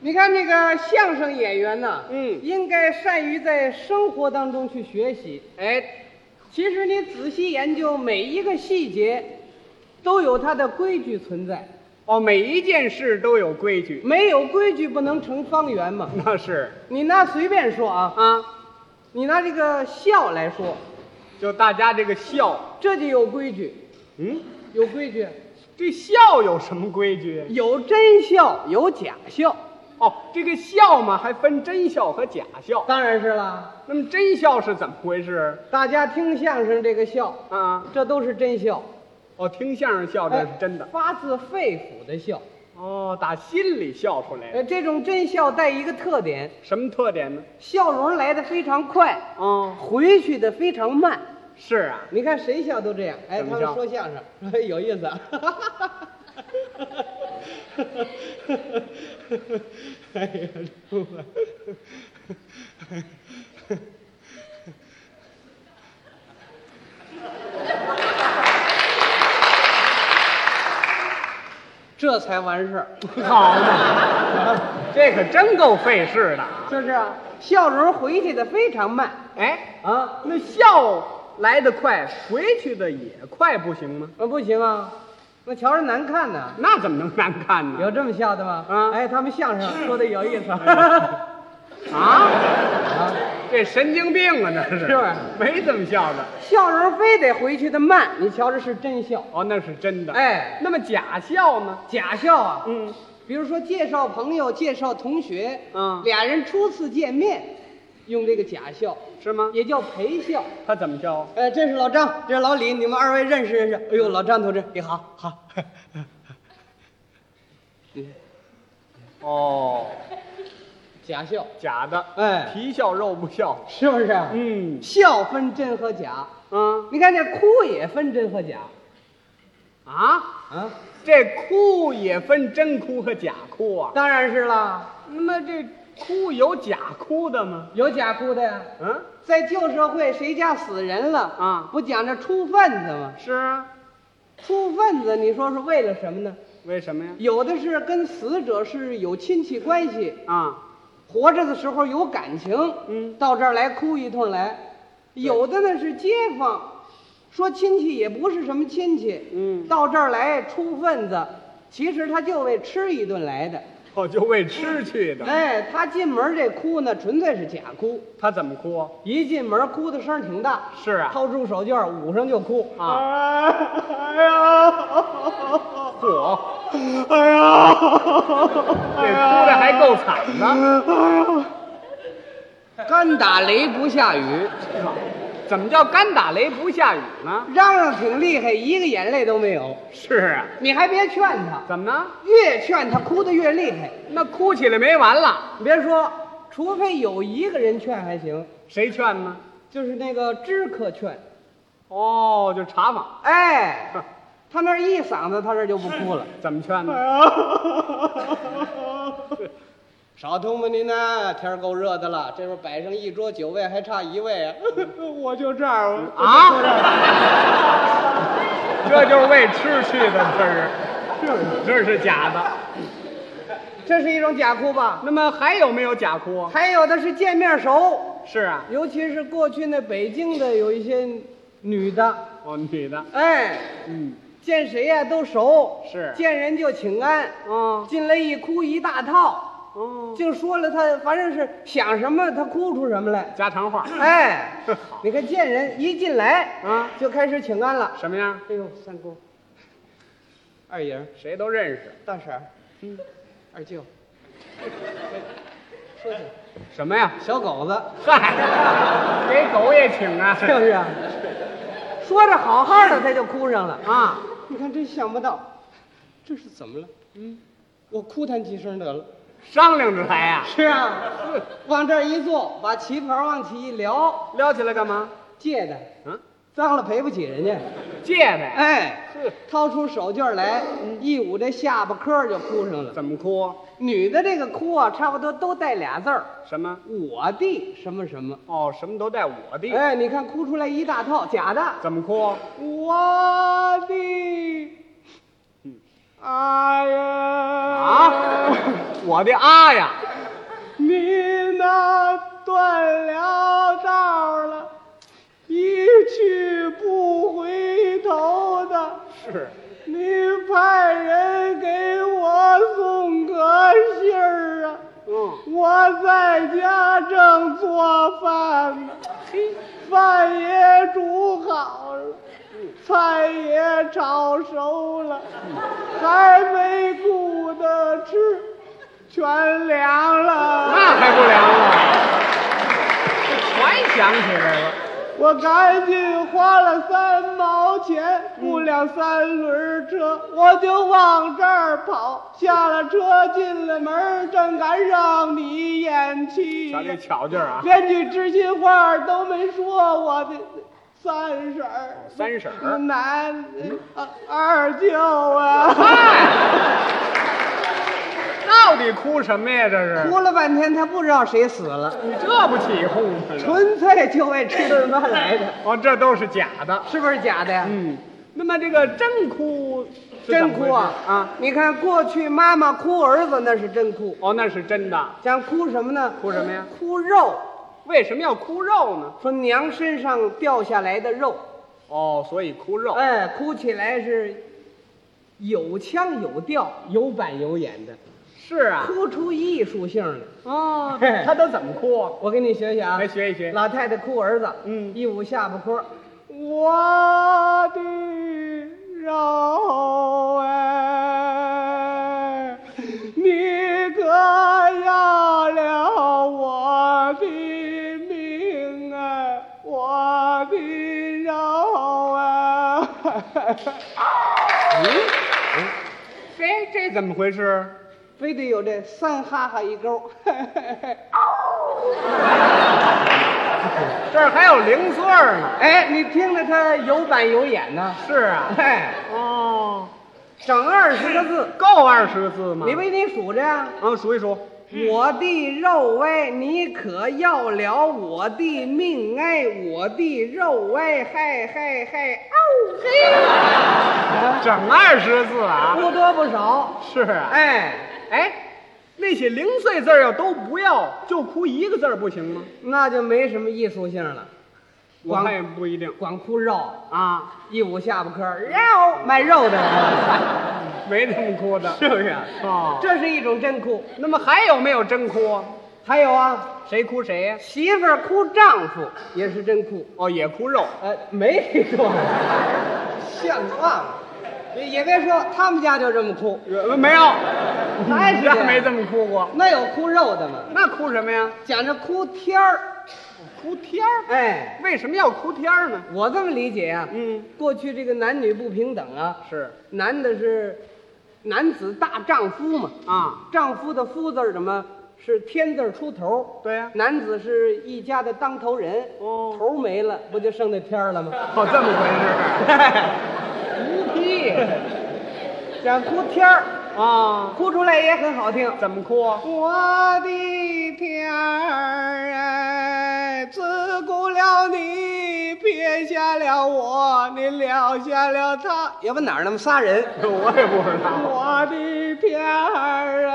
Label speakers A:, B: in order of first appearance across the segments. A: 你看那个相声演员呐，
B: 嗯
A: 应该善于在生活当中去学习。
B: 哎，
A: 其实你仔细研究每一个细节，都有它的规矩存在。
B: 哦，每一件事都有规矩，
A: 没有规矩不能成方圆嘛。
B: 那是
A: 你拿随便说啊，
B: 啊，
A: 你拿这个笑来说，
B: 就大家这个笑，
A: 这就有规矩，
B: 嗯，
A: 有规矩，
B: 这笑有什么规矩？
A: 有真笑，有假笑，
B: 哦，这个笑嘛，还分真笑和假笑。
A: 当然是啦。
B: 那么真笑是怎么回事
A: 大家听相声这个笑，
B: 啊？
A: 这都是真笑，
B: 哦，听相声笑这是真的
A: 哎，发自肺腑的笑。
B: 哦，打心里笑出来的。
A: 呃，这种真笑带一个特点，
B: 什么特点呢？
A: 笑容来得非常快，
B: 哦，
A: 回去的非常慢。
B: 是啊，
A: 你看谁笑都这样，哎，
B: 怎
A: 他
B: 么
A: 们
B: 笑
A: 说相声 有意思啊。哎呀，陆啊这才完事儿，
B: 好嘛，这可真够费事的啊！
A: 是不是啊？笑容回去的非常慢
B: 哎，
A: 啊，
B: 那笑来得快，回去的也快，不行吗？
A: 那不行啊，那瞧着难看呢。
B: 那怎么能难看呢？
A: 有这么笑的吗？
B: 啊
A: 哎，他们相声说的有 意思，
B: 啊，
A: 啊，
B: 这神经病啊，那是
A: 是吧
B: 没怎么笑的。
A: 笑容非得回去的慢，你瞧着是真笑。
B: 哦，那是真的。，
A: 哎，
B: 那么假笑呢？
A: 假笑啊，
B: 嗯，
A: 比如说介绍朋友、介绍同学，
B: 嗯
A: 俩人初次见面，用这个假笑，
B: 是吗？
A: 也叫陪笑。
B: 他怎么笑？
A: 哎，嗯这是老张，这是老李，你们二位认识认识。哎呦，老张同志，你好， 好，
B: 哦，
A: 假笑，
B: 假的，
A: 哎，
B: 皮笑肉不笑。
A: 是啊嗯不是？
B: 嗯
A: 笑分真和假，
B: 啊
A: 你看这哭也分真和假
B: 啊，
A: 啊，
B: 这哭也分真哭和假哭啊。
A: 当然是啦。
B: 那么这哭有假哭的吗？
A: 有假哭的呀，
B: 嗯、
A: 在旧社会，谁家死人了
B: 啊
A: 不讲这出分子吗？
B: 是啊。
A: 出分子，你说是为了什么呢？
B: 为什么呀？
A: 有的是跟死者是有亲戚关系，
B: 啊，
A: 活着的时候有感情，
B: 嗯
A: 到这儿来哭一通来；有的呢是街坊，说亲戚也不是什么亲戚，
B: 嗯
A: 到这儿来出份子，其实他就为吃一顿来的。
B: 哦，就为吃去的。
A: 哎，他进门这哭呢，纯粹是假哭，
B: 他怎么哭啊？
A: 一进门哭的声儿挺大，
B: 是啊，
A: 掏出手绢儿捂上就哭
B: 啊
A: 哎呀，
B: 火，
A: 哎 呀，
B: 这哭的还够惨呢。
A: 干打雷不下雨，
B: 哎怎么叫干打雷不下雨呢？
A: 嚷嚷挺厉害，一个眼泪都没有。
B: 是啊，
A: 你还别劝他，
B: 怎么呢？
A: 越劝他哭得越厉害。
B: 那哭起来没完了，
A: 你别说，除非有一个人劝还行，
B: 谁劝呢？
A: 就是那个知客劝。
B: 哦，就查访，
A: 哎
B: 哼，
A: 他那儿一嗓子，他这就不哭 了。
B: 怎么劝呢？
A: 少通吧您呢，天儿够热的了，这边摆上一桌九位，还差一位啊！我就这儿
B: 啊，这就是为吃去的，这是，啊这是假的。
A: 这是一种假哭吧？
B: 那么还有没有假哭啊？
A: 还有的是见面熟，
B: 是啊，
A: 尤其是过去那北京的有一些女的，
B: 哦，女的，
A: 哎，
B: 嗯，
A: 见谁呀、都熟，
B: 是
A: 见人就请安，
B: 哦，
A: 进来一哭一大套，
B: 哦，
A: 净说了她，反正是想什么她哭出什么来，
B: 家常话，
A: 哎
B: 好，
A: 你看见人一进来
B: 啊
A: 就开始请安了，
B: 什么样？
A: 嗯哎呦，三姑，二姨儿，
B: 谁都认识。
A: 大婶儿，嗯，二舅，说去，
B: 什么呀？
A: 小狗子。
B: 嗨，给狗也 请啊！
A: 是不是啊？说着好好的，他就哭上了。
B: 啊，
A: 你看，真想不到，这是怎么了？
B: 嗯，
A: 我哭弹几声得了。
B: 商量着来呀、
A: 是啊，往这儿一坐，把旗袍往起一撩，
B: 撩起来干嘛？
A: 借的，
B: 嗯，
A: 脏了赔不起人家。
B: 借呗。
A: 哎，
B: 呵
A: 掏出手绢来，嗯一捂这下巴颏儿就哭上了。
B: 怎么哭？
A: 女的这个哭啊，差不多都带俩字儿，
B: 什么？
A: 我的什么什么。
B: 哦，什么都带我的。
A: 哎，你看哭出来一大套，假的。
B: 怎么哭？
A: 我的爱人哎
B: 啊， 我的啊呀，
A: 你那断了道了，一去不回头的，
B: 是
A: 你派人给我送个信儿啊！
B: 嗯
A: 我在家正做饭呢，
B: 嘿，
A: 饭也煮好了，菜也炒熟了，还没顾得吃，全凉了。
B: 那还不凉啊？全想起来了，
A: 我赶紧花了三毛钱雇辆三轮车，我就往这儿跑。下了车，进了门，正赶上你演戏呀
B: 瞧这巧劲儿啊！
A: 连句知心话都没说，我的三婶儿、
B: 三婶儿
A: 嗯男呃二舅啊，
B: 嗨，到底哭什么呀？这是
A: 哭了半天，他不知道谁死了，
B: 你这不起哄吗？这
A: 纯粹就为吃顿饭来的，
B: 哦，这都是假的。
A: 是不是假的呀？
B: 嗯，那么这个真哭是怎
A: 真
B: 么
A: 哭啊
B: 回事啊！！
A: 你看过去妈妈哭儿子那是真哭，
B: 哦，那是真的。
A: 想哭什么呢？
B: 哭什么呀？
A: 哭肉，
B: 为什么要哭肉呢？
A: 说娘身上掉下来的肉，
B: 哦，所以哭肉。
A: 哎，哭起来是有腔有调、有板有眼的。
B: 是啊。
A: 哭出艺术性来。
B: 哦
A: 嘿
B: 他都怎么哭啊？
A: 我给你学学啊，
B: 来学一学
A: 老太太哭儿子，
B: 嗯
A: 一捂下巴颏儿，我的肉哎，你可要了我的命哎，我的肉哎。
B: 这哎这怎么回事？
A: 非得有这三哈哈一勾，
B: 这儿还有零碎儿呢。
A: 哎，你听着他有板有眼呢、
B: 是啊。
A: 哎，
B: 哦，
A: 整二十个字，
B: 够二十个字吗？
A: 你为你数着呀、
B: 嗯，数一数。
A: 我的肉哎，你可要了我的命哎，我的肉哎，嗨嗨嗨，哦
B: 整二十字
A: 嘿，
B: 啊！
A: 不多不少，
B: 是啊，哎
A: 哎，
B: 哎，那些零碎字儿要都不要，就哭一个字儿不行吗？
A: 那就没什么艺术性了，
B: 我看也不一定
A: 光哭肉，
B: 啊，
A: 一捂下巴颏儿，肉卖肉的，
B: 没那么哭的，是不是？哦，这
A: 这是一种真哭。
B: 那么还有没有真哭啊？
A: 还有啊，
B: 谁哭谁呀？
A: 媳妇儿哭丈夫也是真哭，
B: 哦，也哭肉。
A: 呃，没说， 像话吗？也别说，他们家就这么哭。
B: 呃没有，
A: 还是这样
B: 家没这么哭过。
A: 那有哭肉的吗？
B: 那哭什么呀？
A: 讲着哭天儿，
B: 哭天儿。
A: 哎，
B: 为什么要哭天儿呢？
A: 我这么理解啊，
B: 嗯，
A: 过去这个男女不平等啊，
B: 是
A: 男的是男子大丈夫嘛，
B: 啊，
A: 丈夫的夫字儿怎么是天字儿出头？
B: 对呀
A: 男子是一家的当头人，
B: 哦
A: 头没了不就剩那天儿了吗？
B: 哦，这么回
A: 无屁，讲哭天儿，
B: 事儿啊？
A: 哭出来也很好听。
B: 怎么哭啊？
A: 我的天儿哎，自古了你，撇下了我，你撂下了他，要不哪儿那么仨人？
B: 我也不知道。
A: 我的天儿哎，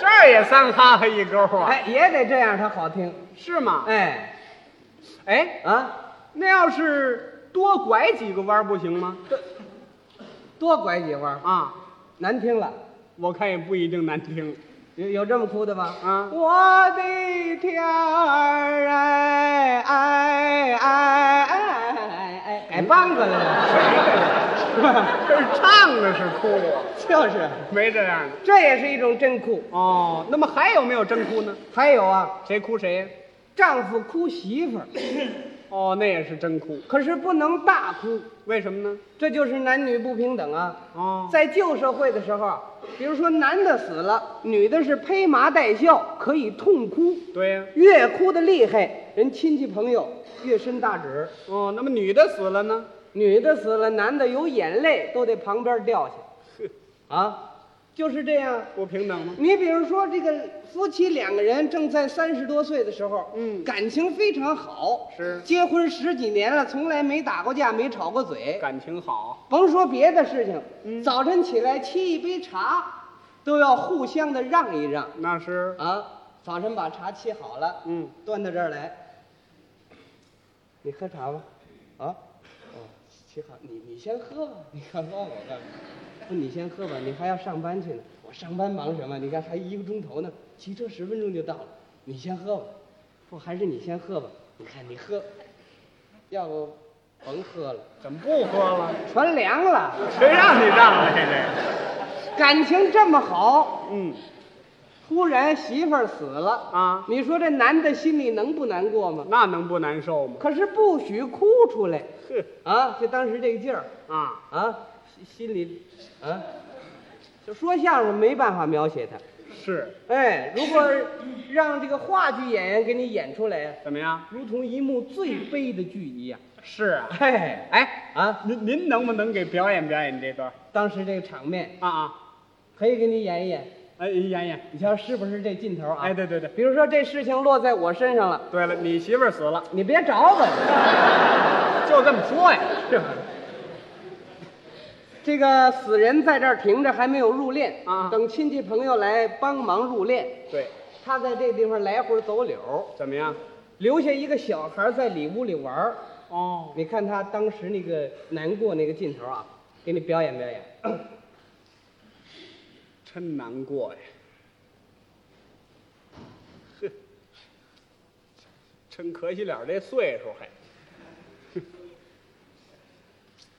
B: 这儿也三哈哈一勾啊？
A: 哎，也得这样，它好听。
B: 是吗？
A: 哎，
B: 哎，
A: 啊，
B: 那要是多拐几个弯儿不行吗？
A: 多拐几弯儿，
B: 啊，
A: 难听了。
B: 我看也不一定难听。
A: 有有这么哭的吗？
B: 啊
A: 我的天儿哎哎哎哎哎哎，改梆子来了，
B: 这是唱的是哭，
A: 就是，
B: 没这样的。
A: 这也是一种真哭。
B: 哦，那么还有没有真哭呢？
A: 还有啊，
B: 谁哭谁呀？
A: 丈夫哭媳妇儿，
B: 哦，那也是真哭。
A: 可是不能大哭，
B: 为什么呢？
A: 这就是男女不平等啊。
B: 哦，
A: 在旧社会的时候，比如说男的死了，女的是披麻戴孝，可以痛哭，
B: 对呀、
A: 越哭的厉害，人亲戚朋友越伸大指。
B: 哦，那么女的死了呢？
A: 女的死了，男的有眼泪都得旁边掉下，啊，就是这样。
B: 不平等吗？
A: 你比如说，这个夫妻两个人正在三十多岁的时候，
B: 嗯
A: 感情非常好，
B: 是
A: 结婚十几年了，从来没打过架，没吵过嘴，
B: 感情好，嗯
A: 甭说别的事情，早晨起来沏一杯茶，都要互相的让一让
B: 那是
A: 啊。早晨把茶沏好了，
B: 嗯，
A: 端到这儿来，你喝茶吧，啊，哦，沏好，你你先喝吧， 你干嘛我干嘛？不，你先喝吧，你还要上班去呢。我上班忙什么？你看还一个钟头呢，骑车十分钟就到了。你先喝吧，不，还是你先喝吧。你看你喝，要不甭喝了，
B: 怎么不喝了？
A: 传凉了。
B: 谁让你让来的？
A: 感情这么好，
B: 嗯，
A: 突然媳妇儿死了
B: 啊
A: 你说这男的心里能不难过吗？
B: 那能不难受吗？
A: 可是不许哭出来
B: 哼
A: 啊！就当时这个劲儿
B: 啊，
A: 啊，心心里啊，就说相声没办法描写他。
B: 是
A: 哎，如果让这个话剧演员给你演出来啊，
B: 怎么样？
A: 如同一幕最悲的剧一样。
B: 是啊，
A: 嘿，
B: 哎，
A: 啊，
B: 您您能不能给表演表演这段？
A: 当时这个场面
B: 啊啊，
A: 可以给你演一演，
B: 哎，演演。
A: 你瞧是不是这劲头啊？
B: 哎，对对对，
A: 比如说这事情落在我身上了。
B: 对了，你媳妇儿死了，
A: 你别找我，
B: 就这么说呀。
A: 这个死人在这儿停着，还没有入殓
B: 啊
A: 等亲戚朋友来帮忙入殓，
B: 对，
A: 他在这地方来回走柳，
B: 怎么样？
A: 留下一个小孩在里屋里玩儿
B: 哦，
A: 你看他当时那个难过那个劲头啊，给你表演表演。
B: 真难过呀。哼，真可惜了儿这岁数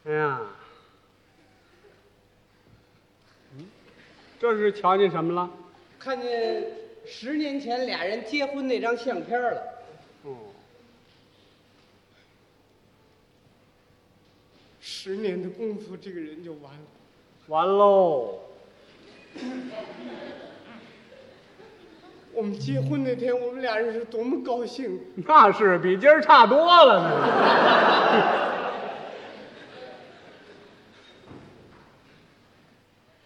B: 还。
A: 哎呀，
B: 嗯这是瞧见什么了？
A: 看见十年前俩人结婚那张相片了，
B: 哦，十年的功夫，这个人就完了，完喽。
C: 我们结婚那天，我们俩人是多么高兴！
B: 那是比今儿差多了呢。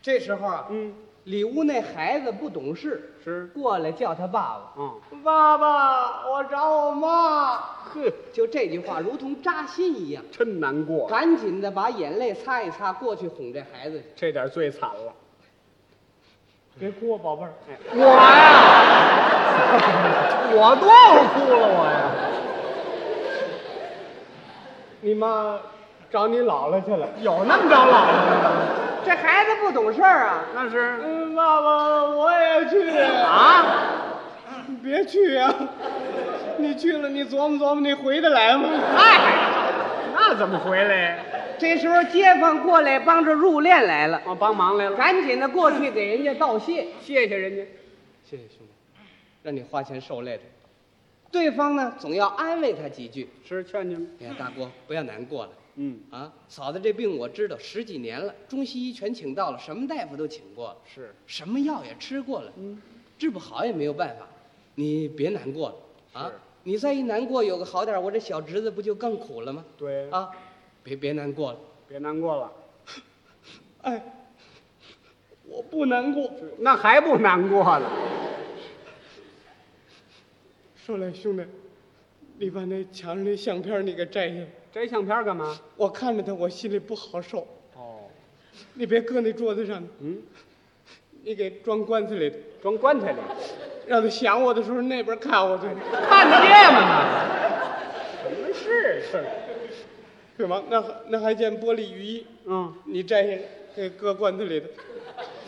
A: 这时候啊，
B: 嗯，
A: 里屋那孩子不懂事，
B: 是，
A: 过来叫他爸爸。
B: 嗯，
A: 爸爸，我找我妈。
B: 呵，
A: 就这句话如同扎心一样，
B: 真难过，
A: 赶紧的把眼泪擦一擦，过去哄这孩子去。
B: 这点最惨了。
A: 别哭啊，宝贝儿。
B: 我呀，我多少
A: 啊
B: 哭了我呀？
C: 你
A: 呃
C: 妈找你姥姥去了，
B: 有那么着老的吗？
A: 这孩子不懂事儿啊，
B: 那是
C: 嗯，爸爸，我也去，
B: 啊，
C: 你别去呀、你去了，你琢磨琢磨，你回得来吗？
B: 哎，那怎么回来？
A: 这时候街坊过来帮着入殓来了，
B: 我帮忙来了，
A: 赶紧的过去给人家道谢，
B: 谢谢人家。
A: 谢谢兄弟，让你花钱受累着。对方呢，总要安慰他几句。
B: 是劝劝吧。
A: 哎呀，大哥，不要难过了
B: 嗯，
A: 啊！嫂子这病我知道十几年了，中西医全请到了，什么大夫都请过了。
B: 是，
A: 什么药也吃过了，
B: 嗯，
A: 治不好也没有办法，你别难过了啊
B: 是！
A: 你再一难过，有个好点儿，我这小侄子不就更苦了吗？
B: 对，
A: 啊，别别难过了，
B: 别难过了，
C: 哎，我不难过。
B: 那还不难过呢？
C: 说来，兄弟，你把那墙上那相片你给摘下来，
B: 摘相片干嘛？
C: 我看着它，我心里不好受。
B: 哦，
C: 你别搁那桌子上，
B: 嗯，
C: 你给装棺材里头，
B: 装棺材里，
C: 让他想我的时候那边看我去，
B: 看得见吗？什么事是？
C: 对吗？那那还件玻璃雨衣，
B: 嗯，
C: 你摘下来给搁棺材里头。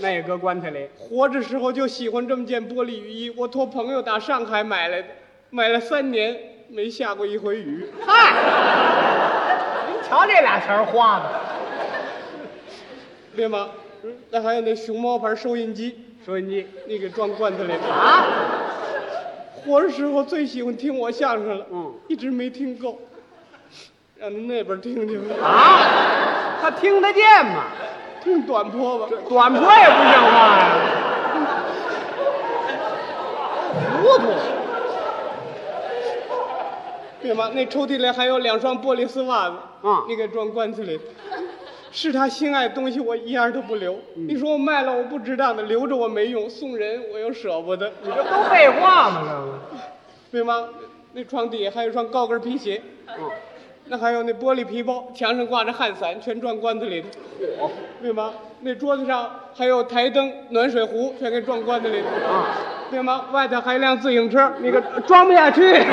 B: 那也搁棺材里。
C: 活着时候就喜欢这么件玻璃雨衣，我托朋友打上海买来的，买了三年没下过一回雨。
B: 嗨，您瞧这俩钱儿花的，
C: 对吗？那还有那熊猫牌收音机，
B: 收音机
C: 你给装罐子里头。
B: 啊，
C: 活着时候最喜欢听我相声了，
B: 嗯，
C: 一直没听够，让您那边听听吧，
B: 啊，他听得见吗？
C: 听短坡吧。
B: 短坡也不像话呀、糊涂，
C: 对吗？那抽屉里还有两双玻璃丝袜子，
B: 嗯
C: 你给装罐子里头。是他心爱的东西，我一样都不留。你说我卖了，我不值当的，留着我没用，送人我又舍不得。
B: 你这不废话吗？这不
C: 对吗？那床底下还有一双高跟皮鞋，
B: 哦
C: 那还有那玻璃皮包，墙上挂着汗伞，全撞棺材里头，对吗？那桌子上还有台灯、暖水壶，全给撞棺材里头，对吗？外头还一辆自行车，你可装不下去。